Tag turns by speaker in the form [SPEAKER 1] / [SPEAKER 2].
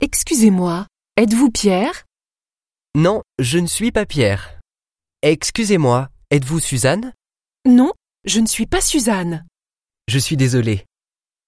[SPEAKER 1] Excusez-moi, êtes-vous Pierre
[SPEAKER 2] Non, je ne suis pas Pierre. Excusez-moi, êtes-vous Suzanne
[SPEAKER 1] Non, je ne suis pas Suzanne.
[SPEAKER 2] Je suis désolé,